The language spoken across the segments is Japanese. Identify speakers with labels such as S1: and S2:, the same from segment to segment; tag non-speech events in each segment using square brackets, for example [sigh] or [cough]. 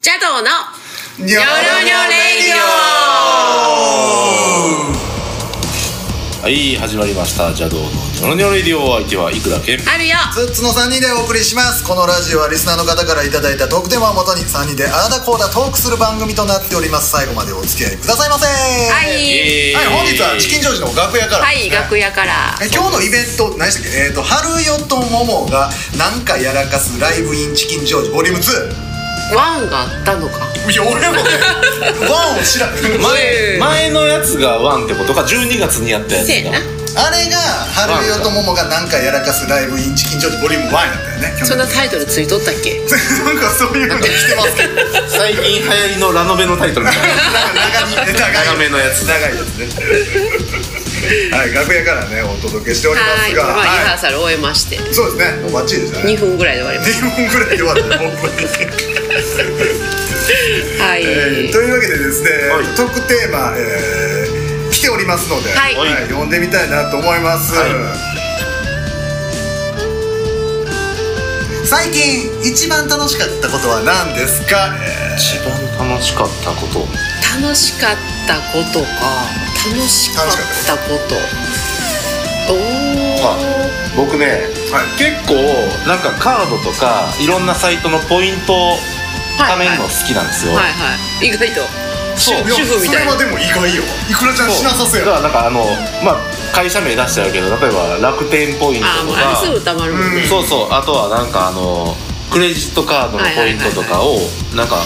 S1: ジャドーの
S2: ニョロニョレイディ
S3: はい始まりました邪道のニョロニョロレディオお相手はいくらけん
S1: あるよ
S2: オツッツの3人でお送りしますこのラジオはリスナーの方からいただいたトークテーマをもとに3人であらだこうだトークする番組となっております最後までお付き合いくださいませ
S1: は
S2: はい、
S1: い
S2: 本日はチキンジョージの楽屋か
S1: は
S2: らです
S1: い
S2: ね
S1: 楽屋から
S2: え今日のイベント何でしたっけえっ、ー、と春よとももが何かやらかすライブインチキンジョージボリューム2
S1: ワンがあったのか
S2: いや俺もねワンを知らん
S3: 前前のやつがワンってことか12月にやったやつ
S1: せやな
S3: が
S2: あれが春よとももが何かやらかすライブインチキンジョージボリューム1やったよね去
S1: そん
S2: 年
S1: なタイトルついとったっけ
S2: [laughs] なんかそういうの来てますけど
S3: 最近流行りのラノベのタイトルみたい
S2: [laughs]
S3: な
S2: 長い
S3: 長めのやつ
S2: 長いやつねはい楽屋からねお届けしておりま
S1: は
S2: す
S1: い
S2: が
S1: まあリハー
S2: は
S1: サル終えまして
S2: いそうですねもうバッチリで
S1: [laughs]
S2: したね
S1: 2分ぐらいで終わりまし
S2: 2分ぐらいで終わったね本当に
S1: たはい
S2: えーというわけでですね
S3: はい
S2: 特テーマえー来ておりますので
S1: はい
S2: はい読んでみたいなと思います最近一番楽しかったことは何ですかえ
S3: 一番楽しかったこと
S1: 楽しかったことか楽しかったことお
S3: あ
S1: お
S3: 僕ね
S2: ーはい
S3: 結構なんかカードとかいろんなサイトのポイントを
S1: は
S3: 貯
S1: い
S3: めるの好きなんですよ、
S1: はいはい意外と
S3: そう
S1: 主婦みたい
S2: や
S1: な
S2: それはでも意外よいくらちゃんしなさせ
S3: だ
S2: よ
S3: からなんかあのまあ会社名出してあるけど例えば楽天ポイント
S1: あー
S3: と
S1: もうあ
S3: か
S1: れすぐたまるもんね
S3: そうそうあとはなんかあのクレジットカードのポイントとかをなんか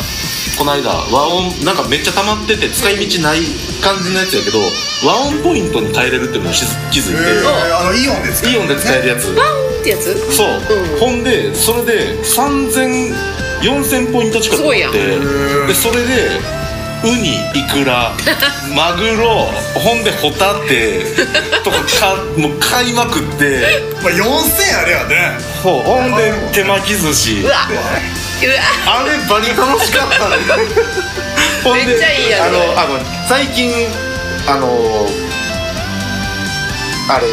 S3: この間和音なんかめっちゃ溜まってて使い道ない感じのやつやけど和音ポイントに変えれるっていうのをし気づ
S2: えー
S3: い
S2: あのイオンですか
S3: てイオンで使えるやつ
S1: ワンってやつ
S3: そう
S1: うん
S3: ほんでそれで30004000ポイント近
S1: す
S3: く持っ
S1: ごいやん
S3: てでそれでウニイク
S1: [laughs]
S3: ラマグロほんでホタテとかかもう買いまくって
S2: まあ、4000あれやね
S3: そうほんで手巻き寿司
S1: うわうわ
S3: あれバリ楽しかったねほんで
S1: めっちゃいいやつ
S3: あのあの最近あのあれ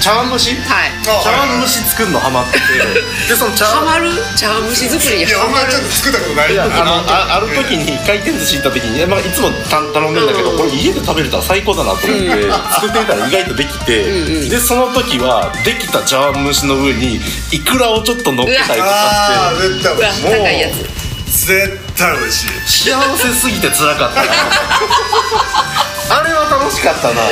S3: 茶碗蒸し
S1: はい
S2: あ
S3: 茶碗蒸し作るのハマっててでその茶
S1: ハマ
S3: 碗
S1: る茶碗蒸し作り
S2: い
S1: に
S2: や
S1: ハ
S2: あんま
S1: マ
S2: りちょっ
S1: る
S2: と作ったことない
S3: いやあのあある
S2: 時
S3: 時に回転寿司行った時に、まあ、いつもた頼んでんだけ
S1: うん
S3: ど、これ家で食べれたら最高だなと思って、作ってみたら意外とできて、
S1: うんうん
S3: でその時はできた茶碗蒸しの上にイクラをちょっと乗っけたりと
S2: ああ
S3: か
S2: 絶対
S1: う
S2: 美
S1: わ
S2: 味
S1: 高い
S2: しい
S3: もう
S1: やつ
S2: 絶対美味しい
S3: して幸せすぎて辛かったなあれは楽しかったな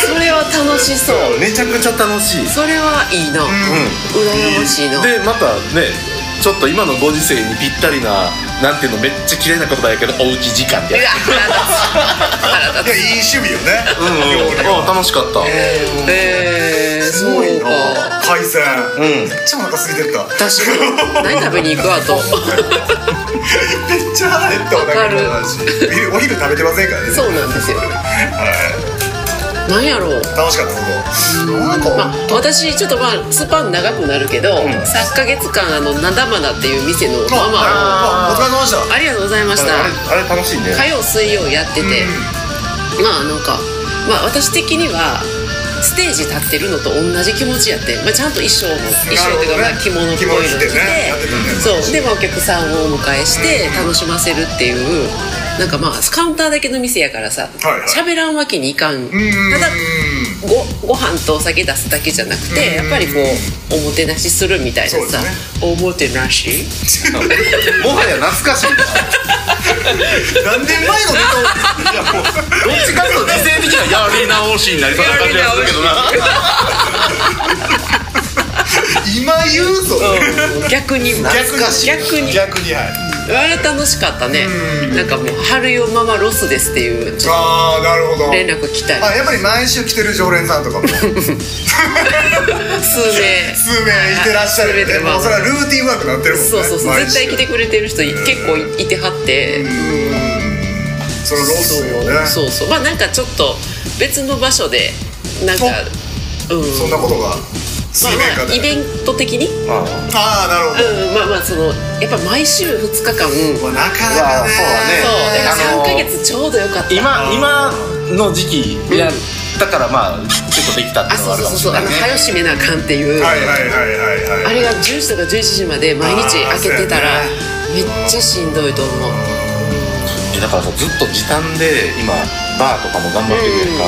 S1: それは楽しそう
S3: めちゃくちゃ楽しい
S1: それはいいな、羨ましいな、
S3: でまたねちょっと今のご時世にぴったりななんていうのめっちゃ綺麗な言葉やけどおうち時間って
S1: うわ
S3: やつ
S1: 腹立つ腹立
S2: いやいい趣味よね料
S3: うん
S2: 理
S3: うん、あ楽しかった、
S1: つえー、
S2: すごい
S1: そう
S2: な
S1: か
S2: 海鮮
S3: う
S2: め
S3: ん
S2: っちゃお腹空いてった
S1: 確かに何食べに行くあと
S2: [laughs] めっちゃ腹減ったお腹の話お昼食べてませんからね
S1: そうなんですよなんやろう
S2: 楽しかったことなんか、
S1: まあ、私ちょっとまあスパン長くなるけど、3ヶ月間あのなだまだっていう店のママあ
S2: あ、はい、あお疲れ様でした
S1: りがとうございました
S3: あれあれ楽しいね
S1: 火曜水曜やってて、まあなんか、まあ、私的にはステージ立ってるのと同じ気持ちやって、まあ、ちゃんと衣装も衣装というかまあ着
S2: な
S1: 物っ
S2: るほ
S1: ぽ
S2: どね
S1: いの着て
S2: 着物着てねやってたね
S1: そうでまあお客さんをお迎えして楽しませるっていう。なんかまあカウンターだけの店やからさ
S2: はいはい
S1: 喋、らんわけにいかん
S2: うん
S1: ただごご飯とお酒出すだけじゃなくてやっぱりこうおもてなしするみたいな
S2: そうです
S1: さ、
S2: ね
S1: おもてなし
S3: もはや懐かしいな
S2: 何年前のネタをいやもう
S3: どっちかというと時勢的にはやり直しになりそうな感じがするけどな
S2: 今言うぞ、
S1: 逆に
S2: 逆に
S1: 逆に
S2: 逆にはい
S1: あれ楽しかったねなんかもう「春よママロスです」っていうちょっ
S2: ああなるほど
S1: と連絡来たり
S2: あやっぱり毎週来てる常連さん
S1: [laughs]
S2: とかも数名い
S1: 数名
S2: てらっしゃるよ
S1: 数
S2: ね
S1: 名
S2: もうそれはルーティンワークになってるもんね
S1: そうそうそう
S2: 毎
S1: 絶
S2: 週
S1: 対来てくれてる人い結構いいてはって
S2: そのロ
S1: そ
S2: スよね
S1: う
S2: そ
S1: そうそうまあなんかちょっと別の場所でなんかうん
S2: んなことが水
S1: ま
S2: 面
S1: あ
S2: 下
S1: まあイ
S2: で
S1: ベント的にう
S2: ああなるほど、
S1: んまあまあそのやっぱ毎週2日間そう
S2: まあ、なかなかね
S1: だから
S3: あの
S1: 3ヶ月ちょうどよかった
S3: 今今の時期いやだからまあ結構できたって
S1: あ
S3: いうの
S1: そ
S3: は
S1: う
S3: ある
S1: そう
S3: かも
S1: そう
S3: し
S1: そ
S3: れ
S1: う
S3: な
S1: あの早しめな
S3: いね
S1: あかんっていう
S2: はいはいはいはいはい
S1: あれが10時とか11時まで毎日開けてたら
S2: あー
S1: めっちゃしんどいと思う
S3: えだからさずっと時短で今バーとかも頑張ってるやんか、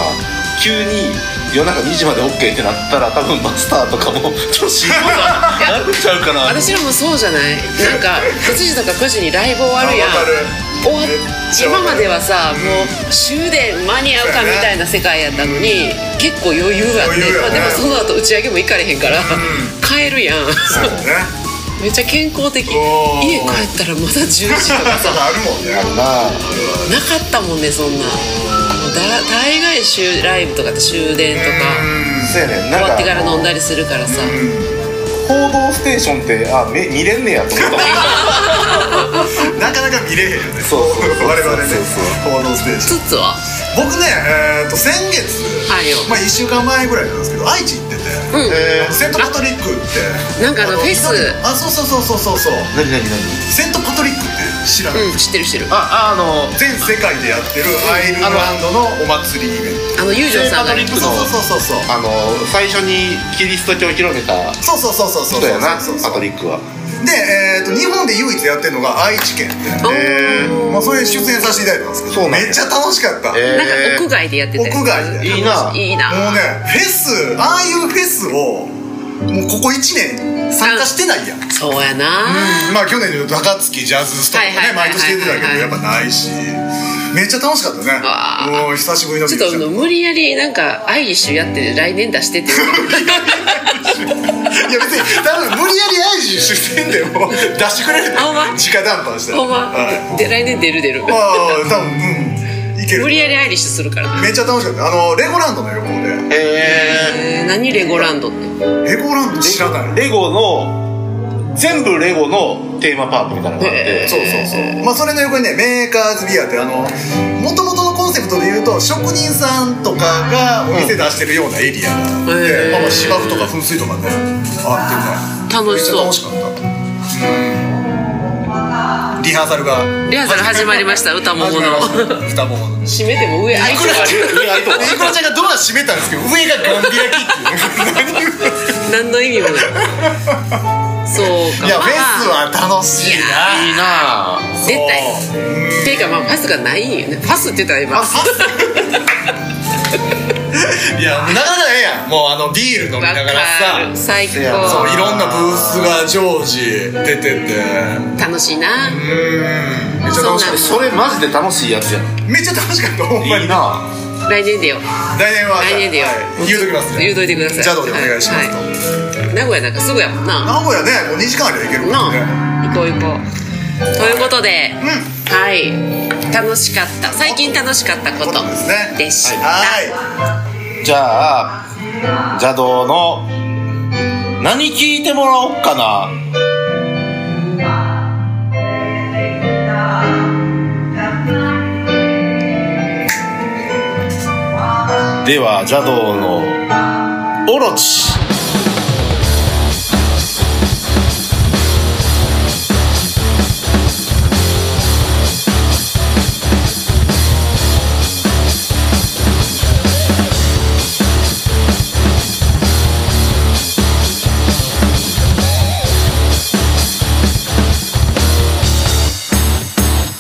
S3: 急に夜中2時まで OK ってなったら多分マスターとかも [laughs] ちょっとしんどいななっちゃうから
S1: 私らもそうじゃ
S2: [laughs]
S1: ないなんか8時とか9時にライブ終わるやん
S2: あわかる
S1: 終わっ
S2: めっちゃわ
S1: 今
S2: か
S1: ま
S2: る
S1: ではさ、もう終電間に合うかみたいな世界やったのに、結構余裕あって、
S2: 余裕やね
S1: まあ、でもその後打ち上げも行かれへんから、帰るやん
S2: そうね
S1: めっちゃ健康的家帰
S2: おー
S1: ったらまだ10時とか
S2: と
S1: さ
S2: か [laughs] あるもんね
S3: まあ
S1: なかったもんねそんなもうだ大概終ライブとかって終電とか
S3: そうやねん
S1: 終わ
S3: な
S1: っ
S3: ん
S1: て
S3: か
S1: から飲んだりするからさ
S3: 「報道ステーション」ってあめ見れんねやと思ったもん
S2: うんなかなか見れへんよね
S3: そうそうそう
S2: 我々ね
S3: そうそう
S2: 報道ステージ
S1: つっつは
S2: 僕ねえーと先月
S1: はいよ
S2: まあ1週間前ぐらいなんですけど愛知行ってて
S1: うん
S2: えーセントパトリックって
S1: なんかあのフェス
S2: あそうそうそうそうそうそう
S3: 何何何
S2: セントパトリックって知らない、
S1: うん知ってる知ってる
S3: ああの
S2: 全世界でやってるアイルランドのお祭りイベン
S1: あの友情さんが
S3: セン
S2: ト
S3: ト
S2: そ
S3: そうう
S2: そうそうそう
S3: あの最初にキリスト教を広めた
S2: そうそうそうそうそうそう
S3: 人やな
S2: そう
S3: パトリックは
S2: で、えー、と日本で唯一やってるのが愛知県で、
S1: おー
S2: まあ、それ出演させていただいたんですけ
S3: そう
S2: ど
S3: なんや
S2: めっちゃ楽しかった、
S3: え
S1: なんか屋外でやってて
S2: 屋外で
S3: いいない
S1: いな
S2: もうねフェスああいうフェスをもうここ1年参加してないやん、
S1: そうやな、
S2: まあ去年の高槻ジャズストップ
S1: はいはいは
S2: ね
S1: いはい
S2: 毎年出てたけどやっぱないしめっちゃ楽しかったね
S1: わあ
S2: もう久しぶりの
S1: ちょっとあの
S2: い
S1: 無理やりなんかアイリッシュやって来年出してって
S2: や別に多分無理やり愛知出演でも出 [laughs] してくれる
S1: あほんま
S2: 直談判して
S1: ほんま
S2: はい、
S1: で来年出る出る
S2: まあ多分うんいける
S1: 無理やりアイリッシュするからな
S2: めっちゃ楽しかったあのレゴランドの旅行
S3: え
S1: えー何レゴランドって
S2: でレゴランド知らない
S3: レゴの全部レゴのテーマパークみたいなのがあって、
S1: えー
S2: そうそうそう、まあ、それの横にねメーカーズビアってあの元々のコンセプトで言うと職人さんとかがお店出してるようなエリアがあって、
S1: へー
S2: まあまあ、芝生とか噴水とかねあってね
S1: 楽しそう
S2: めっちゃ楽しかったうんリハーサルが
S1: リハーサル始まりました歌ももの
S2: 双
S1: [laughs]
S2: ももの
S1: 締めても上アイリッシュがある
S2: イクラちゃんがドア閉めたんですけど上がガンビラキっ
S1: [laughs]
S2: ていうね
S1: 何の意味もないそうか
S2: いや
S1: ま
S2: フェ
S1: あ
S2: スは楽しいない
S3: いなあ
S1: 絶対
S2: そう
S1: っていうかまあパスがないんよねパスって言ったら今
S2: いやなかなかええやんもうあのビール飲みながら
S1: わかる
S2: さ
S1: 最高
S2: そういろんなブースが常時出ててうん
S1: 楽しいな
S2: めっちゃ楽しかっ
S3: それマジで楽しいやつやん
S2: ためっちゃ楽しかったほんま
S3: い
S2: に来年
S3: いな
S1: 来年でよ
S2: は
S1: 来年でよ
S2: はい言うときますね
S1: 言うといてください
S2: 邪道でお願いしま
S1: は
S2: すと
S1: い名古屋なんかすぐやもんな
S2: 名古屋ねもう2時間あれば行けるもんね
S1: なあ行こう行こうということで、
S2: ん
S1: はい楽しかった最近楽しかったこ
S2: こと
S1: と
S2: ですね
S1: でした、
S2: は
S3: じゃあ邪道の何聞いてもらおっかなでは邪道のオロチ
S4: 「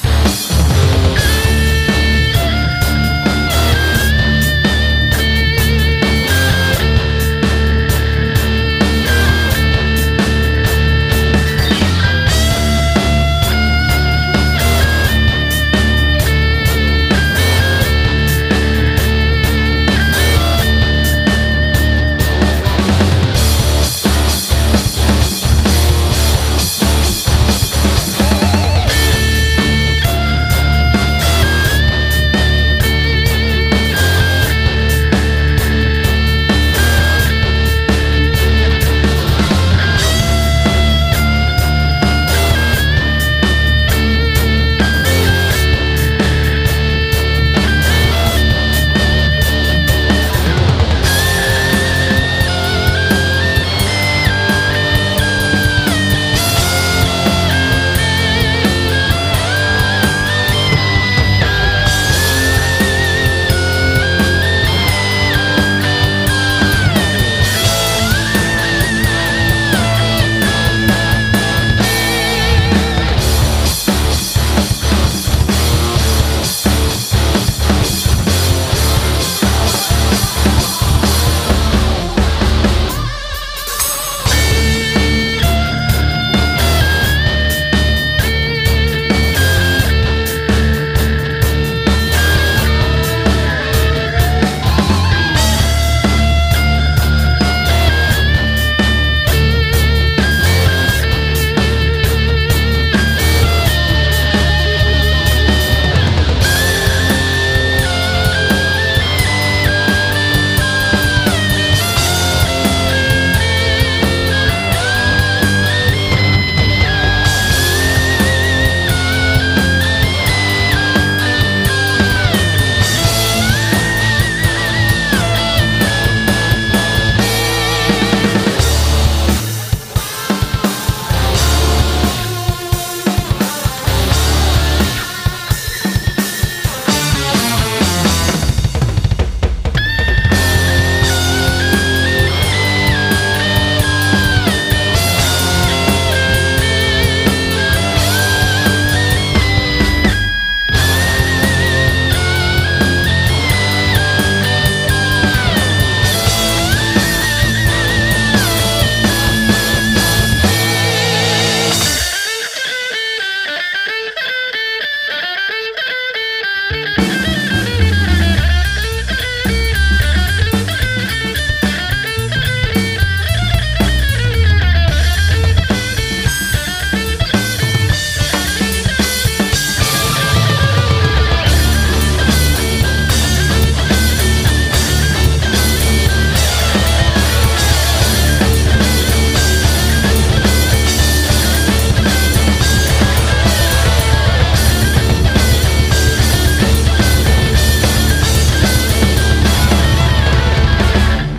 S3: い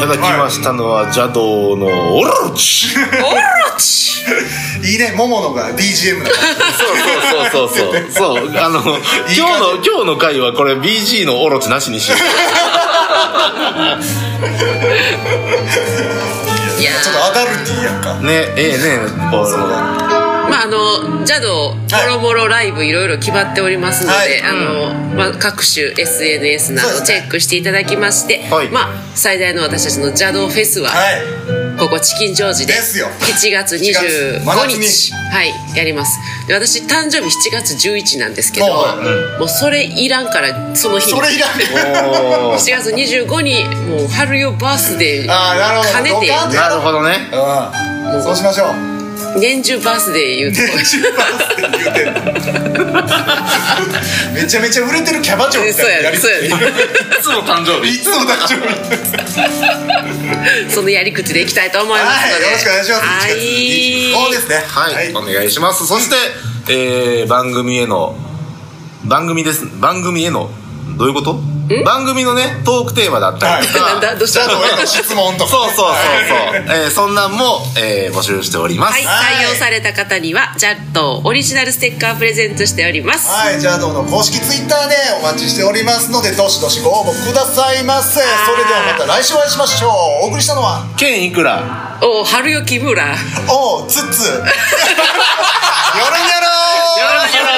S3: ただきましたのは邪道のオロチそう
S1: オロチ
S2: いいね桃野が BGM だから
S3: そうそうそうそうそう [laughs] あの今日の今日の回はこれ BG のオロチなしにしよ
S1: いやー
S2: ちょっとアダルティーやんか
S3: うねええねえこう
S2: そうだ
S1: まああのジャド
S2: はい
S1: ボロボロライブいろいろ決まっておりますので、
S2: はい
S1: あのまあ、各種 SNS な
S2: そ
S1: ど
S2: うで
S1: チ
S2: すね
S1: ェックしていただきまして、
S3: はい
S1: まあ最大の私たちのジャドフェスは、
S2: はい
S1: ここチキンジョージで
S2: ですよ
S1: 7月25
S2: 月真夏に
S1: 日はいやりますで私誕生日7月11なんですけど
S2: おう
S1: もうそれいらんからその日
S2: そ
S1: に
S2: れいらんねん
S3: おー
S1: 7月25にもう春よバースデー
S2: ああなるほど
S1: 兼ねて
S2: ドカンと
S3: なるほどね
S2: うんそうしましょう
S1: 年中バースデー言
S2: [laughs]
S1: うとこ
S2: 年中バースデー言うてんのめちゃめちゃ売れてるキャバ嬢み
S1: そう
S2: たいな
S1: やね
S2: り
S1: そうやね
S3: いつも誕生
S2: いつも大丈夫
S1: そのやり口でいきたいと思いますの
S2: はい
S1: で、
S2: よろしくお願いします
S1: は
S2: 1月25ですね
S3: はい、お願いしますそして、えー番組への番組です番組へのどういうこと番組のねトークテーマだったりとか、
S1: なんだどうし
S2: ジ
S1: た
S2: ャドへの質問とか
S3: そうそうそうそう
S2: は、
S3: えーそんなんも、えー募集しております、
S1: はい、
S2: はい
S1: 採用された方にはジャットオリジナルステッカープレゼントしておりますは
S2: はい、ジャドの公式ツイッターでお待ちしておりますのでどしどしご応募くださいませそれではまた来週お会いしましょうお送りしたのは
S3: 県いくら
S1: お春よ木村
S2: おうつっつよろにょろー
S3: ろ